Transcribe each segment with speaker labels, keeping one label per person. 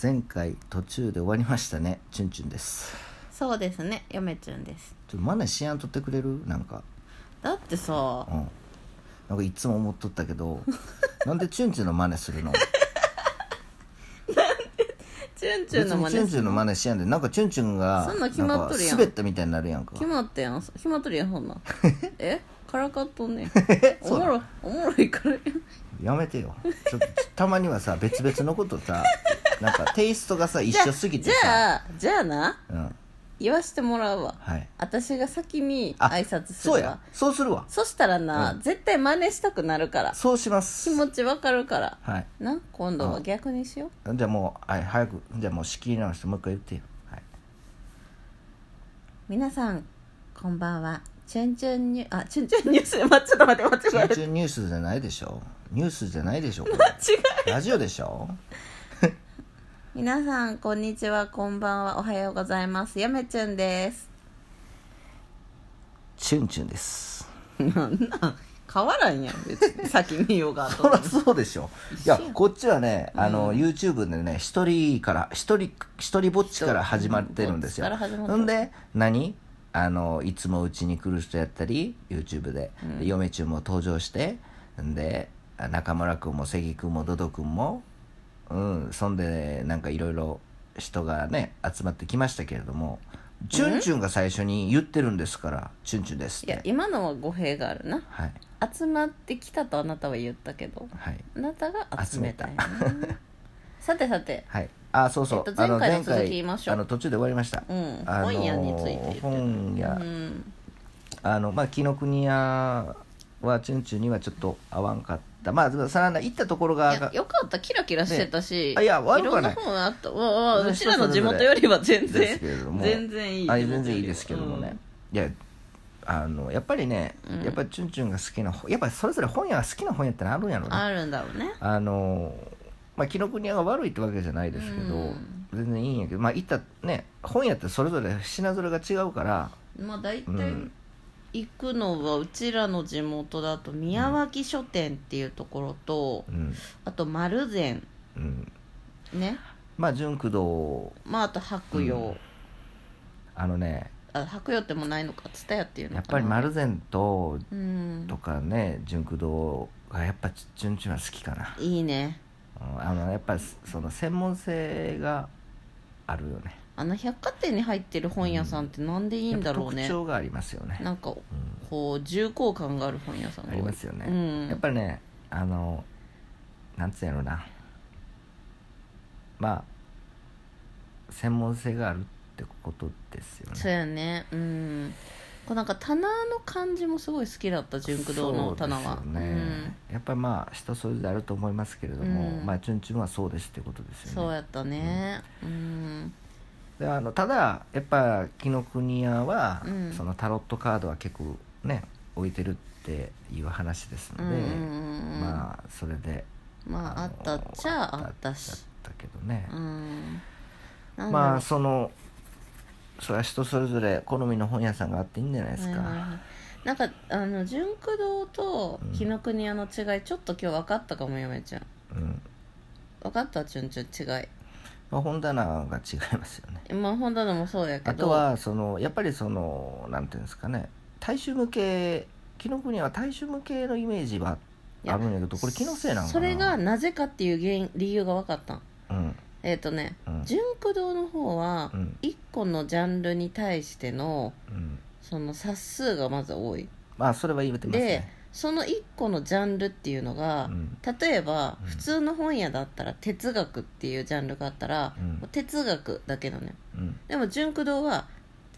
Speaker 1: 前回途中で終わりましたねチュンチュンです
Speaker 2: そうですね嫁ちゅんです
Speaker 1: ちょマネしやんとってくれるなんか
Speaker 2: だってさ
Speaker 1: うんなんかいつも思っとったけ どなんでチュンチュンのマネするの
Speaker 2: チュンチュ
Speaker 1: 別
Speaker 2: ンの
Speaker 1: に
Speaker 2: 真
Speaker 1: チュン
Speaker 2: 似
Speaker 1: チュンのマネしやんでなんかチュンチュンが
Speaker 2: そんなん決まっとるやん
Speaker 1: なんか滑ったみたいになるやんか
Speaker 2: 決まったやん決まっとるやんそ んなんえからかっとんねん
Speaker 1: そ
Speaker 2: お
Speaker 1: う
Speaker 2: も
Speaker 1: な
Speaker 2: ろおもろいからやん
Speaker 1: やめてよちょっとたまにはさ別々のことさなんかテイストがさ一緒すぎて
Speaker 2: じ
Speaker 1: さ
Speaker 2: ゃあじゃあな
Speaker 1: うん
Speaker 2: 言わしてもらうわ
Speaker 1: はい
Speaker 2: 私が先に
Speaker 1: あ
Speaker 2: 挨拶する
Speaker 1: そ
Speaker 2: わ
Speaker 1: うやそうするわ
Speaker 2: そしたらな、
Speaker 1: うん
Speaker 2: 絶対真似したくなるから
Speaker 1: そうしま
Speaker 2: 気
Speaker 1: す
Speaker 2: 持ちわかるから
Speaker 1: はい
Speaker 2: な今度は逆にしよう
Speaker 1: じゃあもう、はい、早くじゃあもう仕切り直してもう一回言ってよはい
Speaker 2: 皆さんこんばんはチュンチュンニュあチュンチュンニュース まちょっと待って
Speaker 1: チ
Speaker 2: 間
Speaker 1: ュ
Speaker 2: 違え
Speaker 1: ン
Speaker 2: た
Speaker 1: チュンニュースじゃないでしょニュースじゃないでしょこれ
Speaker 2: 違う
Speaker 1: ラジオでしょ
Speaker 2: 皆さんこんにちはこんばんはおはようございますやめちゅんです
Speaker 1: チュンチュンです
Speaker 2: なんなん変わらんやん別に先にヨガ
Speaker 1: そりゃそうでしょいや
Speaker 2: 一緒や
Speaker 1: こっちはねあの、YouTube でね一人から一人一人ぼっちから始まってるんですよ
Speaker 2: ぼっちから始まって
Speaker 1: ほ
Speaker 2: る
Speaker 1: んで何あのいつもうちに来る人やったり YouTube で,、で嫁中も登場してんであ中村君も関君もドド君もうんそんでなんかいろいろ人がね集まってきましたけれどもチュンチュンが最初に言ってるんですから「チュンチュンです」っ
Speaker 2: いや
Speaker 1: て
Speaker 2: 今のは語弊があるな
Speaker 1: はい
Speaker 2: 集まってきたとあなたは言ったけど
Speaker 1: はい
Speaker 2: あなたが集めたんやなさてさて
Speaker 1: はい、あそうそう、
Speaker 2: えっと前回の続き言いましょう
Speaker 1: あの途中で終わりました、
Speaker 2: うん
Speaker 1: あの
Speaker 2: 本屋について言ってた
Speaker 1: 本屋、
Speaker 2: うん
Speaker 1: あのまあ紀ノ国屋はチュンチュンにはちょっと合わんかったまあでもさらな行ったところ
Speaker 2: い
Speaker 1: が
Speaker 2: やよかったキラキラしてたし、
Speaker 1: ねあいや悪く
Speaker 2: ろ
Speaker 1: は
Speaker 2: ん
Speaker 1: な
Speaker 2: ない本あったわあわあ
Speaker 1: ね
Speaker 2: うちらの
Speaker 1: 人
Speaker 2: 地
Speaker 1: それぞれ
Speaker 2: 元よりは
Speaker 1: で
Speaker 2: 全然
Speaker 1: すけれども
Speaker 2: 全然いい
Speaker 1: あ全然いいですけどもね、、いやあのやっぱりね、やっぱりチュンチュンが好きな本やっぱりそれぞれ本屋が好きな本屋ってのあるんやろう
Speaker 2: う
Speaker 1: んな
Speaker 2: あるんだろうね
Speaker 1: あのまあ紀ノ国屋が悪いってわけじゃないですけど、
Speaker 2: うん
Speaker 1: 全然いいんやけどまあ行ったね本屋ってそれぞれ品揃えが違うから
Speaker 2: まあ大
Speaker 1: う
Speaker 2: 体
Speaker 1: ん
Speaker 2: 行くのはうちらの地元だと宮脇書店っていうところと、
Speaker 1: うん
Speaker 2: あと丸善
Speaker 1: うん
Speaker 2: ね
Speaker 1: まあ純駆動
Speaker 2: まああと白洋、
Speaker 1: うんあのね
Speaker 2: あ白洋ってもうないのか蔦屋っていうのかな
Speaker 1: やっぱり丸善と
Speaker 2: うん
Speaker 1: とかね純駆動がやっぱち純ちゅんは好きかな、
Speaker 2: いいね
Speaker 1: うんあのやっぱその専門性があるよね
Speaker 2: あの百貨店に入ってる本屋さんってなんでいいんだろう
Speaker 1: やっぱ特
Speaker 2: ね、
Speaker 1: 徴がありますよね
Speaker 2: なんかこう重厚感がある本屋さん
Speaker 1: あ
Speaker 2: が多
Speaker 1: り
Speaker 2: い
Speaker 1: ますよね、
Speaker 2: うん
Speaker 1: やっぱりねあのなんつうんやろなまあ専門性があるってことですよ
Speaker 2: そう
Speaker 1: ね
Speaker 2: やねうんこうなんか棚の感じもすごい好きだった純駆堂の棚は
Speaker 1: そうですよね、やっぱまあ人それぞれあると思いますけれども、
Speaker 2: うん
Speaker 1: まあチュンチュンはそうですってことで
Speaker 2: うん、
Speaker 1: すよね
Speaker 2: そうやったねうん
Speaker 1: であのただやっぱ紀ノ国屋は、
Speaker 2: うん
Speaker 1: そのタロットカードは結構ね置いてるっていう話ですので、
Speaker 2: まあ、
Speaker 1: まあそれで
Speaker 2: まあ、あ
Speaker 1: の
Speaker 2: ったっちゃあった
Speaker 1: あ
Speaker 2: し
Speaker 1: ったけどね
Speaker 2: う、んなんだろう
Speaker 1: まあそのそれは人それぞれ好みの本屋さんがあっていいんじゃないですか、
Speaker 2: はいはいはいなんかあの純駆堂と
Speaker 1: うん
Speaker 2: 紀ノ国屋の違いちょっと今日分かったかも嫁ちゃん
Speaker 1: うん
Speaker 2: 分かったちゅんちゅん違い
Speaker 1: まあ、本棚が違いますよね
Speaker 2: まあ本棚もそうやけど
Speaker 1: あとはそのやっぱりそのなんていうんですかね大衆向け紀ノ国屋は大衆向けのイメージはあるんやけどこれ気のせいなのかな
Speaker 2: それがなぜかっていう原因理由が分かったん
Speaker 1: うん
Speaker 2: えっ、とね
Speaker 1: うん
Speaker 2: 純駆堂の方は
Speaker 1: うん
Speaker 2: 1個のジャンルに対しての
Speaker 1: うん
Speaker 2: その冊数がまず多い
Speaker 1: まあそれは言えてます
Speaker 2: で
Speaker 1: ね
Speaker 2: その1個のジャンルっていうのが、
Speaker 1: うん
Speaker 2: 例えば
Speaker 1: うん
Speaker 2: 普通の本屋だったら哲学っていうジャンルがあったら、
Speaker 1: うん
Speaker 2: もう哲学だけなのよ
Speaker 1: うん
Speaker 2: でも純駆堂は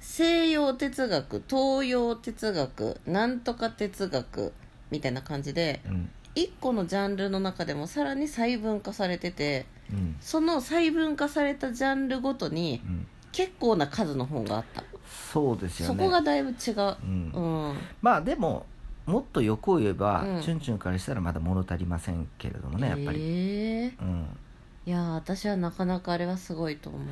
Speaker 2: 西洋哲学東洋哲学なんとか哲学みたいな感じで
Speaker 1: うん
Speaker 2: 一個のジャンルの中でもさらに細分化されてて
Speaker 1: うん
Speaker 2: その細分化されたジャンルごとに
Speaker 1: うん
Speaker 2: 結構な数の本があった、
Speaker 1: そうですよ
Speaker 2: そ
Speaker 1: ね
Speaker 2: こがだいぶ違う
Speaker 1: うん
Speaker 2: うん、
Speaker 1: まあでももっと欲を言えば
Speaker 2: うん
Speaker 1: チュンチュンからしたらまだ物足りませんけれどもねやっぱり
Speaker 2: ええ
Speaker 1: うん
Speaker 2: いやー私はなかなかあれはすごいと思うね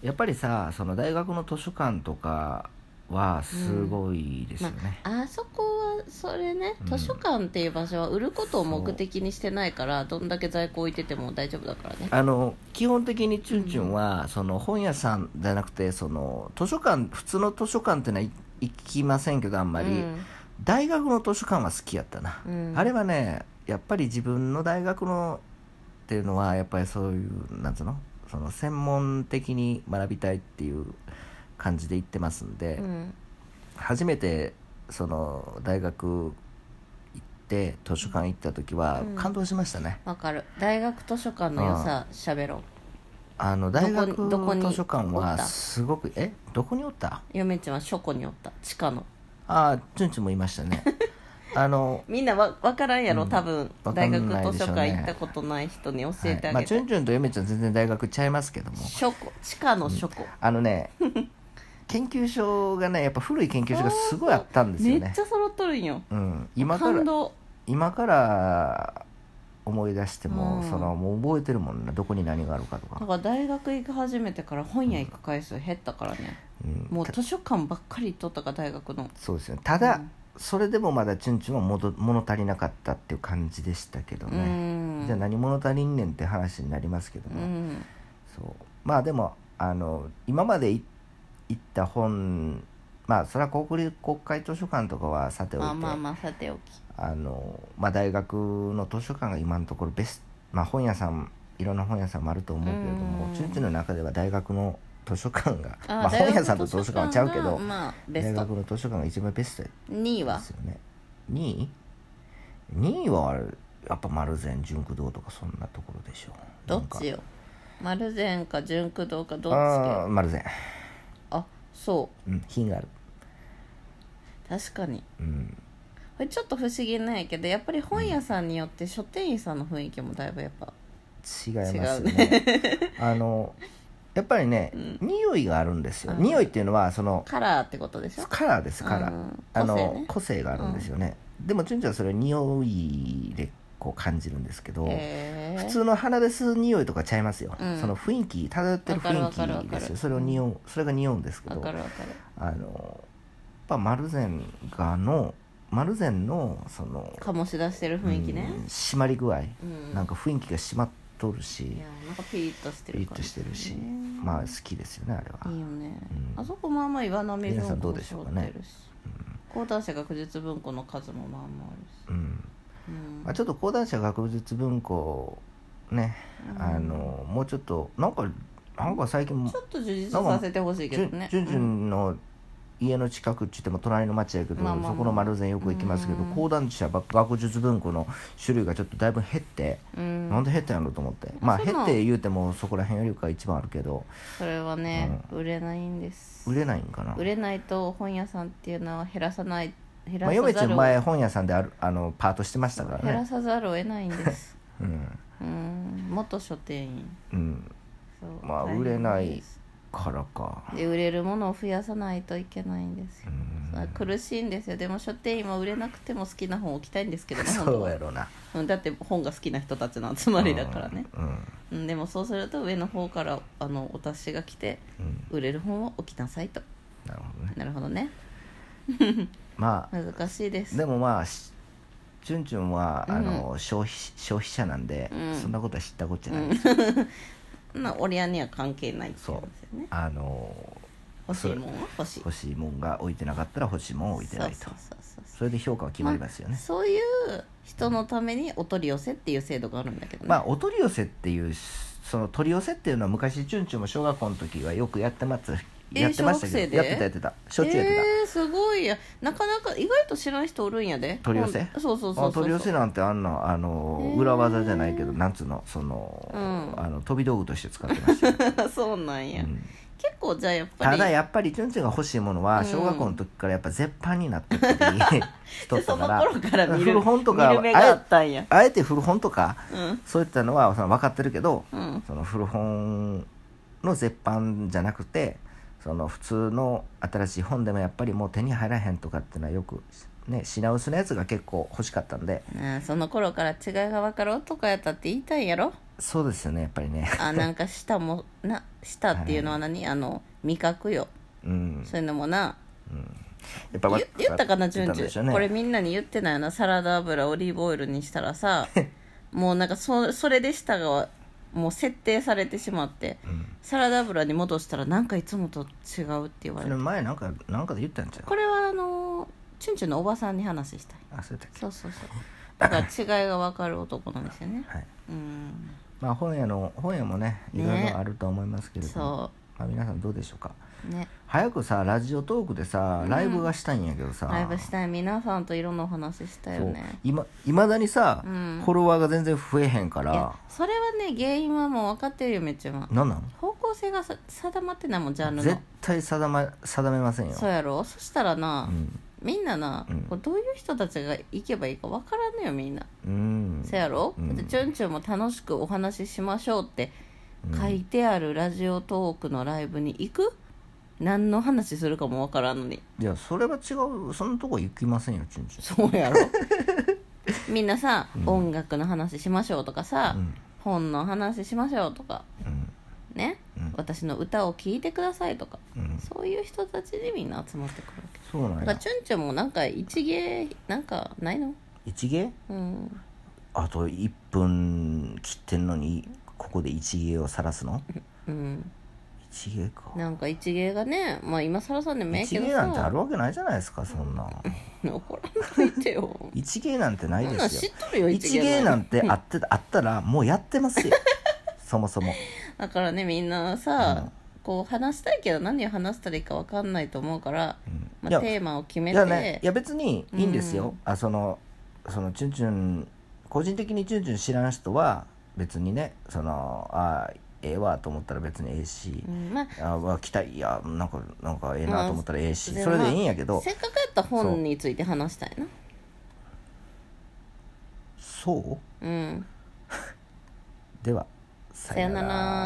Speaker 1: やっぱりさその大学の図書館とかはすごいですよね
Speaker 2: あそこはそれね
Speaker 1: うん
Speaker 2: 図書館っていう場所は売ることを目的にしてないからどんだけ在庫置いてても大丈夫だからね
Speaker 1: あの基本的にチュンチュンは、その本屋さんじゃなくてその図書館普通の図書館ってのはい行きませんけどあんまり、
Speaker 2: うん
Speaker 1: 大学の図書館は好きやったな、
Speaker 2: うん
Speaker 1: あれはねやっぱり自分の大学のっていうのはやっぱりそういうなんつうのその専門的に学びたいっていう感じで行ってますんで、
Speaker 2: うん
Speaker 1: 初めてその大学行って図書館行った時は
Speaker 2: うん
Speaker 1: 感動しましたね、
Speaker 2: わかる大学図書館の良さしゃべろう
Speaker 1: あの
Speaker 2: どこ
Speaker 1: 大学
Speaker 2: どこに
Speaker 1: 図書館
Speaker 2: おっ
Speaker 1: は
Speaker 2: た
Speaker 1: すごくえどこにおった
Speaker 2: 嫁ちゃんは書庫におった地下の
Speaker 1: ああチュンチュンもいました ねあの
Speaker 2: みんなわ分からんやろ、
Speaker 1: うん
Speaker 2: 多分
Speaker 1: わかんない
Speaker 2: 大
Speaker 1: でしょ
Speaker 2: 学
Speaker 1: うね
Speaker 2: 図書館行ったことない人に教えて
Speaker 1: はい
Speaker 2: あ
Speaker 1: まあ、
Speaker 2: げ
Speaker 1: チ
Speaker 2: て、
Speaker 1: ュンチュンとヨメちゃん全然大学ちゃいますけども
Speaker 2: 書庫地下の書庫、
Speaker 1: あの ね研究所がねやっぱ古い研究所がすごいあったんですよ
Speaker 2: めっ
Speaker 1: ね
Speaker 2: ち、ゃ揃っとるんよ
Speaker 1: うん、今か
Speaker 2: 感
Speaker 1: ら
Speaker 2: 動
Speaker 1: 今から思い出しても、
Speaker 2: うん
Speaker 1: そのもう覚えてるもんなどこに何があるかと
Speaker 2: だ
Speaker 1: か
Speaker 2: か、ら大学行き始めてから本屋行く回数減ったからね、
Speaker 1: うん、
Speaker 2: もう図書館ばっかり行っとったから大学の
Speaker 1: そうですよねただ、
Speaker 2: うん
Speaker 1: それでもまだチュンチュンはもど物足りなかったっていう感じでしたけど
Speaker 2: う
Speaker 1: ね、
Speaker 2: ん
Speaker 1: じゃあ何物足りんねんって話になりますけど
Speaker 2: う
Speaker 1: も、
Speaker 2: ん
Speaker 1: そうまあでもあの今までい行った本まあそれは国立国会図書館とかはさておいて、
Speaker 2: まあまあまあさておき
Speaker 1: あのまあ、大学の図書館が今のところベスト、まあ、本屋さんいろんな本屋さんもあると思うけれど
Speaker 2: う
Speaker 1: も
Speaker 2: ん
Speaker 1: チュンチュンの中では大学の図書館が
Speaker 2: あー
Speaker 1: まあ、
Speaker 2: 大学
Speaker 1: 本屋さんと図書館はちゃうけ
Speaker 2: 図書
Speaker 1: ど、
Speaker 2: 館がまあベ
Speaker 1: 大
Speaker 2: ス
Speaker 1: 学
Speaker 2: ト
Speaker 1: の図書館が一番ベストや
Speaker 2: 2位
Speaker 1: ったん
Speaker 2: は
Speaker 1: ですよね2位 ?2 位はあれやっぱ丸善純駆堂とかそんなところでしょう
Speaker 2: どっちよ丸善か純駆動かどっち
Speaker 1: あ
Speaker 2: か
Speaker 1: あ丸善
Speaker 2: あそ
Speaker 1: うん品がある
Speaker 2: う確かに
Speaker 1: うん
Speaker 2: これちょっと不思議なんやけどやっぱり本屋さんによって書店員さんの雰囲気もだいぶやっぱ
Speaker 1: 違いますよねあのやっぱりね、匂いがあるんですよ
Speaker 2: うん
Speaker 1: 匂いっていうのはその
Speaker 2: カラーってことでしょ
Speaker 1: カラーですカラー、
Speaker 2: うん
Speaker 1: あの
Speaker 2: 個
Speaker 1: 個
Speaker 2: 性
Speaker 1: 性,、
Speaker 2: ね
Speaker 1: があるんですよね、でもチュンチュンはそれを匂いでこう感じるんですけど、
Speaker 2: へえ
Speaker 1: 普通の鼻です匂いとかちゃいますよ、
Speaker 2: うん
Speaker 1: その雰囲気漂ってる雰
Speaker 2: わかるわか
Speaker 1: 囲気
Speaker 2: る
Speaker 1: で
Speaker 2: わ
Speaker 1: す
Speaker 2: か
Speaker 1: よ
Speaker 2: る
Speaker 1: それを匂うそれが匂うんですけ
Speaker 2: わ
Speaker 1: ど
Speaker 2: かるわかる
Speaker 1: あのやっぱ丸善がの丸善のその
Speaker 2: 醸し出してる雰囲気ね
Speaker 1: うん締まり具合、
Speaker 2: うん
Speaker 1: なんか雰囲気が締まっとるし、
Speaker 2: いやなんかピリッとして
Speaker 1: ピリ
Speaker 2: る
Speaker 1: ッ
Speaker 2: 感
Speaker 1: と
Speaker 2: じ
Speaker 1: してるし、
Speaker 2: ね
Speaker 1: まあ好きですよねあれは、
Speaker 2: いいよね
Speaker 1: うん
Speaker 2: あそこまあまあ岩波文
Speaker 1: 皆さんどう
Speaker 2: 庫も
Speaker 1: でし
Speaker 2: 揃
Speaker 1: ょう
Speaker 2: っ
Speaker 1: か
Speaker 2: て
Speaker 1: ね
Speaker 2: るし講談社学術文庫の数もまあまああるし
Speaker 1: うん
Speaker 2: うん
Speaker 1: まあ、ちょっと講談社学術文庫ね、あのもうちょっとなんかなんか最近も
Speaker 2: ちょっと充実させてほしいけ
Speaker 1: じゅ
Speaker 2: ど
Speaker 1: ん
Speaker 2: ね
Speaker 1: じゅんじゅんの家の近くっちっても隣の町やけど、
Speaker 2: まあまあまあ
Speaker 1: そこの丸善よく行きますけど、
Speaker 2: うん
Speaker 1: 講談社ば学術文庫の種類がちょっとだいぶ減って、
Speaker 2: うん
Speaker 1: なんで減ったんやろと思ってまあ
Speaker 2: そうな
Speaker 1: 減っ
Speaker 2: の
Speaker 1: て言うてもそこら辺よりかは一番あるけど
Speaker 2: それはね売れないんです
Speaker 1: 売れないんかな
Speaker 2: 売れないと本屋さんっていうのは減らさない
Speaker 1: ま
Speaker 2: 減ら
Speaker 1: あ、
Speaker 2: さ
Speaker 1: 嫁ちゃ
Speaker 2: ざ
Speaker 1: ん
Speaker 2: るを、
Speaker 1: 前本屋さんであるあのパートしてましたから
Speaker 2: 減ら
Speaker 1: ね
Speaker 2: さざるを得ないんです
Speaker 1: うん、
Speaker 2: うん元書店員
Speaker 1: うん、
Speaker 2: そう
Speaker 1: まあ
Speaker 2: 大変
Speaker 1: 売れない
Speaker 2: です
Speaker 1: からか
Speaker 2: で売れるものを増やさないといけないんですよあ苦しいんですよでも書店員は売れなくても好きな本を置きたいんですけどね本当
Speaker 1: そう
Speaker 2: は
Speaker 1: やろな
Speaker 2: うんだって本が好きな人たちの集まりだからね、
Speaker 1: うん
Speaker 2: うん、でもそうすると上の方からあのお達しが来て
Speaker 1: うん
Speaker 2: 売れる本を置きなさいと
Speaker 1: なるほどね
Speaker 2: なるほどね
Speaker 1: まあ
Speaker 2: 難しいです
Speaker 1: でもまあしチュンチュンは
Speaker 2: うん
Speaker 1: あの消費消費者なんで
Speaker 2: うん
Speaker 1: そんなことは知ったこっちゃないですよ
Speaker 2: まあ折り合いには関係ないっていうんですよね
Speaker 1: あの
Speaker 2: 欲しい
Speaker 1: そう
Speaker 2: もんは欲しい
Speaker 1: 欲しいもんが置いてなかったら欲しいもんを置いてない
Speaker 2: そ
Speaker 1: と
Speaker 2: うそうそうそう
Speaker 1: それで評価は決まりますよね
Speaker 2: そういう人のためにお取り寄せっていう制度があるんだけどね、
Speaker 1: まあお取り寄せっていうその取り寄せっていうのは昔チュンチュンも小学校の時はよくやってます
Speaker 2: えー
Speaker 1: やってました
Speaker 2: 小
Speaker 1: け
Speaker 2: 学生
Speaker 1: ど
Speaker 2: で
Speaker 1: やってたやってたしょっちゅうやってた
Speaker 2: えー、すごいやなかなか意外と知らん人おるんやで
Speaker 1: 取り寄せ
Speaker 2: ほんそうそうそうそ
Speaker 1: あ
Speaker 2: う
Speaker 1: 取り寄せなんてあんのあの
Speaker 2: へー
Speaker 1: 裏技じゃないけどなんつうのその,、
Speaker 2: うん
Speaker 1: あの飛び道具として使ってましたよ、
Speaker 2: そうなん や、
Speaker 1: うん
Speaker 2: 結構じゃあやっぱり
Speaker 1: ただやっぱりチュンチュンが欲しいものは
Speaker 2: うん
Speaker 1: 小学校の時からやっぱ絶版になってたり しとっ
Speaker 2: で
Speaker 1: た
Speaker 2: その
Speaker 1: から
Speaker 2: 頃から見
Speaker 1: 古
Speaker 2: る
Speaker 1: 本とか
Speaker 2: 見る目があ
Speaker 1: あえ
Speaker 2: ったんや
Speaker 1: あえて古本とか
Speaker 2: うん
Speaker 1: そういったのはその分かってるけど
Speaker 2: うん
Speaker 1: その古本の絶版じゃなくてその普通の新しい本でもやっぱりもう手に入らへんとかっていうのはよく、ね、品薄のやつが結構欲しかったんで
Speaker 2: あーその頃から違いが分かる男やったって言いたいんやろ
Speaker 1: そうですよねやっぱりね。
Speaker 2: あなんか舌もな舌っていうのは何、あの味覚よ
Speaker 1: うん
Speaker 2: そういうのもな、
Speaker 1: やっぱわ
Speaker 2: 言言ったかな順
Speaker 1: 言ったんでしょう
Speaker 2: 次
Speaker 1: ね
Speaker 2: これみんなに言ってないよなサラダ油オリーブオイルにした らさもうなんかそそれでしたがもう設定されてしまって、サラダ油に戻したらなんかいつもと違うって言わ
Speaker 1: そ
Speaker 2: れ
Speaker 1: れ
Speaker 2: て
Speaker 1: 前なんかなんかで言ったんちゃう
Speaker 2: これはあのチュンチュンのおばさんに話したい
Speaker 1: あそうやったっ
Speaker 2: そうそうそうだから違いが分かる男なんですよ ね
Speaker 1: けはい
Speaker 2: うん
Speaker 1: まあ本屋の本屋もねいろいろあると思いますけれども、
Speaker 2: そ
Speaker 1: まあ皆さんどうでしょうか
Speaker 2: うね
Speaker 1: 早くさラジオトークでさライブがしたいんやけどさ、
Speaker 2: ライブしたい皆さんといろんなお話したよ
Speaker 1: そう
Speaker 2: ね
Speaker 1: 今いまだにさ、
Speaker 2: うん
Speaker 1: フォロワーが全然増えへんか
Speaker 2: いや
Speaker 1: ら
Speaker 2: それはね原因はもう分かってるよめっちゃん
Speaker 1: なんなん
Speaker 2: 方向性がさ定まってないもんジャンル
Speaker 1: 絶
Speaker 2: の
Speaker 1: 対定め定めませんよ
Speaker 2: そうやろそしたらな、
Speaker 1: うん
Speaker 2: みんなな、
Speaker 1: うん
Speaker 2: こうどういう人たちが行けばいいか分からんのよみんな、
Speaker 1: うん
Speaker 2: そやろ、
Speaker 1: うん
Speaker 2: でチュンチュンも楽しくお話ししましょうって書いてあるラジオトークのライブに行く何の話するかも分からんのに
Speaker 1: いやそれは違うそんなとこ行きませんよちゅんちゅん
Speaker 2: そう やろみんなさ、音楽の話しましょうとかさ、
Speaker 1: うん
Speaker 2: 本の話しましょうとか
Speaker 1: うん
Speaker 2: ね、
Speaker 1: うん
Speaker 2: 私の歌を聴いてくださいとか
Speaker 1: うん
Speaker 2: そういう人たちにみんな集まってくるわけ
Speaker 1: そうな
Speaker 2: だ
Speaker 1: ん
Speaker 2: から
Speaker 1: や
Speaker 2: チュンチュンもなんか一芸なんかないの
Speaker 1: 一芸
Speaker 2: うん
Speaker 1: あと1分切ってんのにここで一芸を晒すの
Speaker 2: うん
Speaker 1: 一芸か
Speaker 2: なんか一芸がねまあ今更さんでもええ
Speaker 1: 一
Speaker 2: けど
Speaker 1: 芸なんてあ
Speaker 2: さ
Speaker 1: るわけないじゃないですかそんな
Speaker 2: 怒らんといてよ
Speaker 1: 一芸なんてない
Speaker 2: そん
Speaker 1: で
Speaker 2: なん
Speaker 1: す
Speaker 2: 知
Speaker 1: よ
Speaker 2: っとるよ一
Speaker 1: 一
Speaker 2: 芸
Speaker 1: 芸
Speaker 2: な
Speaker 1: なんん
Speaker 2: て
Speaker 1: てあってあったらもうやってます よそもそも
Speaker 2: だからねみんなさ、
Speaker 1: うん
Speaker 2: こう話したいけど何を話したらいいか分かんないと思うから、
Speaker 1: うんい
Speaker 2: まあ、
Speaker 1: や
Speaker 2: テーマを決め
Speaker 1: い
Speaker 2: て、
Speaker 1: やねいや別にいいんですよ、あそのそのチュンチュン個人的にチュンチュン知らん人は別にねそのあええわと思ったら別にええし
Speaker 2: う、んまあ
Speaker 1: あわ来たいいやなんかなんかええなと思ったらええし、
Speaker 2: まあ
Speaker 1: それでいいんやけど、
Speaker 2: せっかくやったら本について話したいな
Speaker 1: そう
Speaker 2: うん
Speaker 1: ではさ
Speaker 2: さよなら